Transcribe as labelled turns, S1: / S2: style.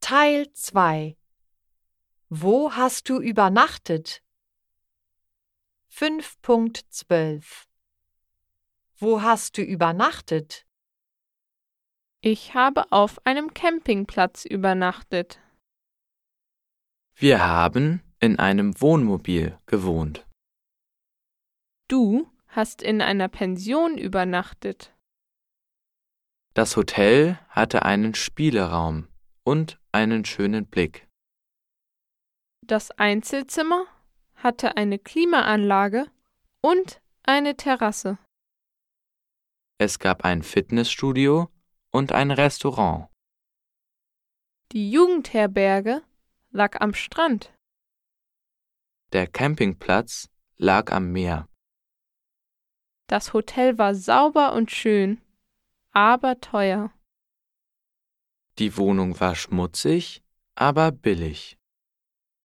S1: Teil 2 Wo hast du übernachtet? 5.12 Wo hast du übernachtet?
S2: Ich habe auf einem Campingplatz übernachtet.
S3: Wir haben in einem Wohnmobil gewohnt.
S2: Du hast in einer Pension übernachtet.
S3: Das Hotel hatte einen Spieleraum und einen schönen Blick.
S2: Das Einzelzimmer hatte eine Klimaanlage und eine Terrasse.
S3: Es gab ein Fitnessstudio und ein Restaurant.
S2: Die Jugendherberge lag am Strand.
S3: Der Campingplatz lag am Meer.
S2: Das Hotel war sauber und schön, aber teuer.
S3: Die Wohnung war schmutzig, aber billig.